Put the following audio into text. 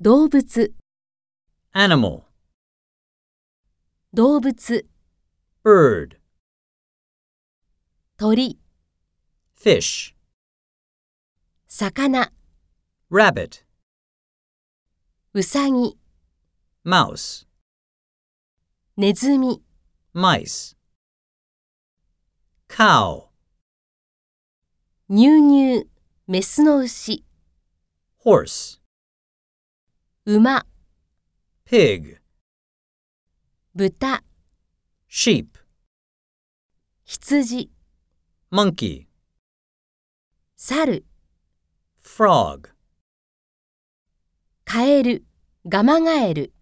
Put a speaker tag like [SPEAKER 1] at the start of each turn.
[SPEAKER 1] 動物、
[SPEAKER 2] animal,
[SPEAKER 1] 動物、
[SPEAKER 2] bird,
[SPEAKER 1] 鳥、
[SPEAKER 2] fish,
[SPEAKER 1] 魚、
[SPEAKER 2] rabbit,
[SPEAKER 1] うさぎ、
[SPEAKER 2] mouse,
[SPEAKER 1] ネズミ、
[SPEAKER 2] mice. Cow,
[SPEAKER 1] 乳牛、メスの牛、
[SPEAKER 2] horse,
[SPEAKER 1] 馬、
[SPEAKER 2] pig,
[SPEAKER 1] 豚、
[SPEAKER 2] sheep,
[SPEAKER 1] 羊、
[SPEAKER 2] monkey,
[SPEAKER 1] 猿、
[SPEAKER 2] frog.
[SPEAKER 1] カエル、ガマガエル。